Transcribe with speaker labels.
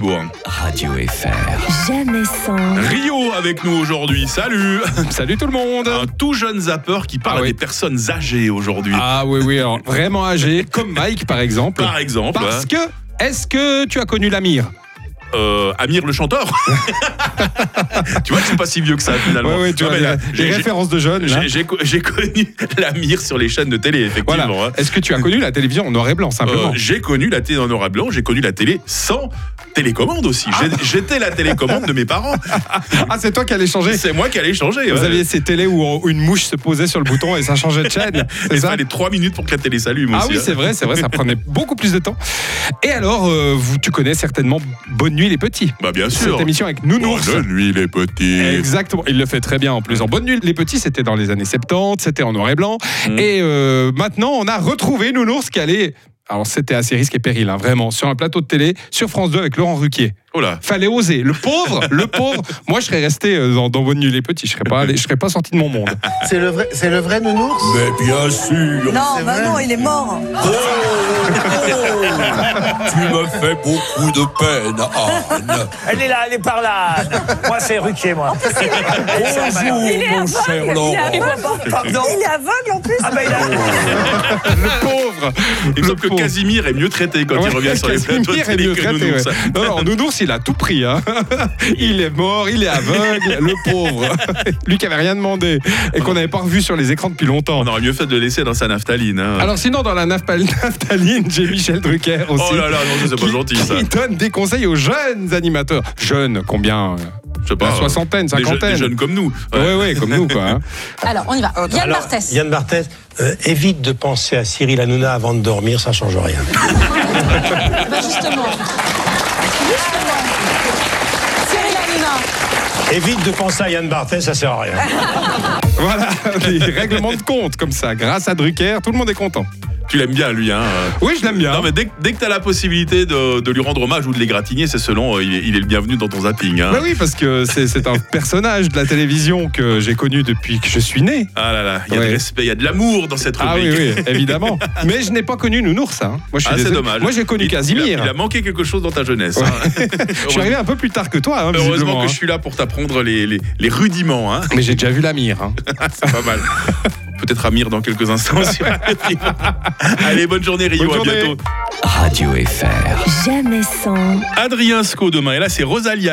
Speaker 1: Bourg.
Speaker 2: Radio FR.
Speaker 3: Jamais sans.
Speaker 1: Rio avec nous aujourd'hui, salut
Speaker 4: Salut tout le monde
Speaker 1: Un tout jeune zapper qui parle
Speaker 4: Ah oui.
Speaker 1: à des personnes âgées aujourd'hui.
Speaker 4: Ah oui, oui, alors vraiment âgé, comme Mike par exemple.
Speaker 1: Par exemple,
Speaker 4: Parce
Speaker 1: hein.
Speaker 4: que, est-ce que tu as connu Lamir
Speaker 1: Euh, Amir le chanteur. tu vois, je suis pas si vieux que ça finalement.
Speaker 4: Ouais, ouais, tu
Speaker 1: Non,
Speaker 4: vois,
Speaker 1: mais là,
Speaker 4: les
Speaker 1: j'ai- j'ai-
Speaker 4: références hein. de jeunes, là.
Speaker 1: j'ai- j'ai co- J'ai connu l'Amir sur les chaînes de télé,
Speaker 4: Voilà. Oh,
Speaker 1: effectivement. hein.
Speaker 4: Est-ce que tu as connu la télévision en noir et blanc, simplement
Speaker 1: Euh, j'ai connu la télé en noir et blanc, j'ai connu la télé sans télécommande aussi. J'ai- J'étais la télécommande de mes parents.
Speaker 4: Ah, c'est toi qui allais changer
Speaker 1: C'est moi qui allais changer.
Speaker 4: Vous
Speaker 1: ouais.
Speaker 4: aviez ces télés où on- où une mouche se posait sur le bouton et ça changeait de chaîne, c'est
Speaker 1: Il
Speaker 4: ça
Speaker 1: fallait 3 minutes pour que la télé s'allume
Speaker 4: Ah
Speaker 1: aussi.
Speaker 4: oui,
Speaker 1: hein.
Speaker 4: c'est vrai, c'est vrai, ça prenait beaucoup plus de temps. Et alors, euh, vous, tu connais certainement Bonne Nuit les Petits
Speaker 1: Bah bien sûr.
Speaker 4: Cette émission avec Nounours.
Speaker 1: Bonne nuit les petits.
Speaker 4: Exactement, il le fait très bien en plus. En bonne nuit, les petits, c'était dans les années 70, c'était en noir et blanc.
Speaker 1: Mm.
Speaker 4: Et euh, maintenant, on a retrouvé Nounours qui allait. Alors, c'était assez risque et péril, hein, vraiment, sur un plateau de télé, sur France 2 avec Laurent Ruquier.
Speaker 1: Oh là.
Speaker 4: Fallait oser. Le pauvre, le pauvre. Moi, je serais resté euh, dans, dans Bonne Nuit les Petits. Je serais pas, allé- je serais pas sorti de mon monde.
Speaker 5: C'est le vrai, c'est le vrai nounours
Speaker 6: Mais bien sûr,
Speaker 7: Non,
Speaker 5: C'est
Speaker 7: bah
Speaker 5: vrai.
Speaker 7: non, il est mort.
Speaker 6: tu me fais beaucoup de peine, Anne.
Speaker 8: Elle est là, elle est par là. moi, c'est Ruquier, moi.
Speaker 6: Bonjour, mon cher Laurent.
Speaker 8: Pardon.
Speaker 7: Il est aveugle en plus.
Speaker 8: Ah ben, il a-
Speaker 5: Euh,
Speaker 4: Le pauvre.
Speaker 1: Il me semble que
Speaker 4: pauvre.
Speaker 1: Casimir est mieux traité quand
Speaker 4: Ouais,
Speaker 1: il revient sur les
Speaker 4: Casimir
Speaker 1: plateaux de
Speaker 4: est
Speaker 1: télé
Speaker 4: mieux
Speaker 1: que
Speaker 4: traité,
Speaker 1: Nounours.
Speaker 4: ouais. Non, non, Nounours, il a tout pris. hein. Il est mort, il est aveugle, le pauvre. Lui qui avait rien demandé et qu'on n'avait pas revu sur les écrans depuis longtemps.
Speaker 1: On aurait mieux fait de le laisser dans sa naphtaline. hein.
Speaker 4: Alors sinon, dans la naphtal- naphtaline, j'ai Michel Drucker aussi.
Speaker 1: oh là là, non, ça, c'est
Speaker 4: qui-
Speaker 1: pas gentil ça.
Speaker 4: Qui donne des conseils aux jeunes animateurs. Jeunes, combien euh,
Speaker 1: Je sais pas.
Speaker 4: La soixantaine,
Speaker 1: Ah, des je-
Speaker 4: cinquantaine.
Speaker 1: Des jeunes comme nous.
Speaker 4: Ouais, ouais, comme nous, quoi. hein.
Speaker 9: Alors, on y va. Yann
Speaker 8: Alors,
Speaker 9: Barthès.
Speaker 5: Yann Barthès, euh, évite de penser à Cyril Hanouna avant de dormir, ça change rien.
Speaker 9: Bah, justement. Justement. Cyril Hanouna.
Speaker 5: Évite de penser à Yann Barthès, ça sert à rien.
Speaker 4: Voilà, des règlements de compte comme ça. Grâce à Drucker, tout le monde est content.
Speaker 1: Tu l'aimes bien lui, hein.
Speaker 4: Oui, je l'aime bien.
Speaker 1: Non mais dès, que- dès que t'as la possibilité de, de lui rendre hommage ou de l'égratigner, c'est selon, euh, il est, il est le bienvenu dans ton zapping. hein.
Speaker 4: Bah oui, parce que c'est c'est un personnage de la télévision que j'ai connu depuis que je suis né.
Speaker 1: Ah là là, il y a
Speaker 4: Ouais.
Speaker 1: du respect, il y a de l'amour dans cette
Speaker 4: Ah
Speaker 1: rubrique.
Speaker 4: oui, oui, évidemment. Mais je n'ai pas connu Nounours. Hein. Moi, je suis
Speaker 1: Ah, c'est
Speaker 4: désolé.
Speaker 1: dommage.
Speaker 4: Moi, j'ai connu
Speaker 1: Il- il a-
Speaker 4: Casimir.
Speaker 1: Il a, manqué quelque chose dans ta jeunesse.
Speaker 4: Ouais.
Speaker 1: hein.
Speaker 4: Je suis arrivé un peu plus tard que toi. hein,
Speaker 1: Heureusement
Speaker 4: visiblement,
Speaker 1: que
Speaker 4: hein.
Speaker 1: je suis là pour t'apprendre les, les- les rudiments. hein.
Speaker 4: Mais j'ai déjà vu la mire. hein.
Speaker 1: C'est pas mal. Peut-être Amir dans quelques instants. sur Radio. Allez, bonne journée Rio,
Speaker 4: Bonne
Speaker 1: à
Speaker 4: journée.
Speaker 1: bientôt.
Speaker 2: Radio FR.
Speaker 3: Jamais sans.
Speaker 1: Adrien Sco demain, et là c'est Rosalia qui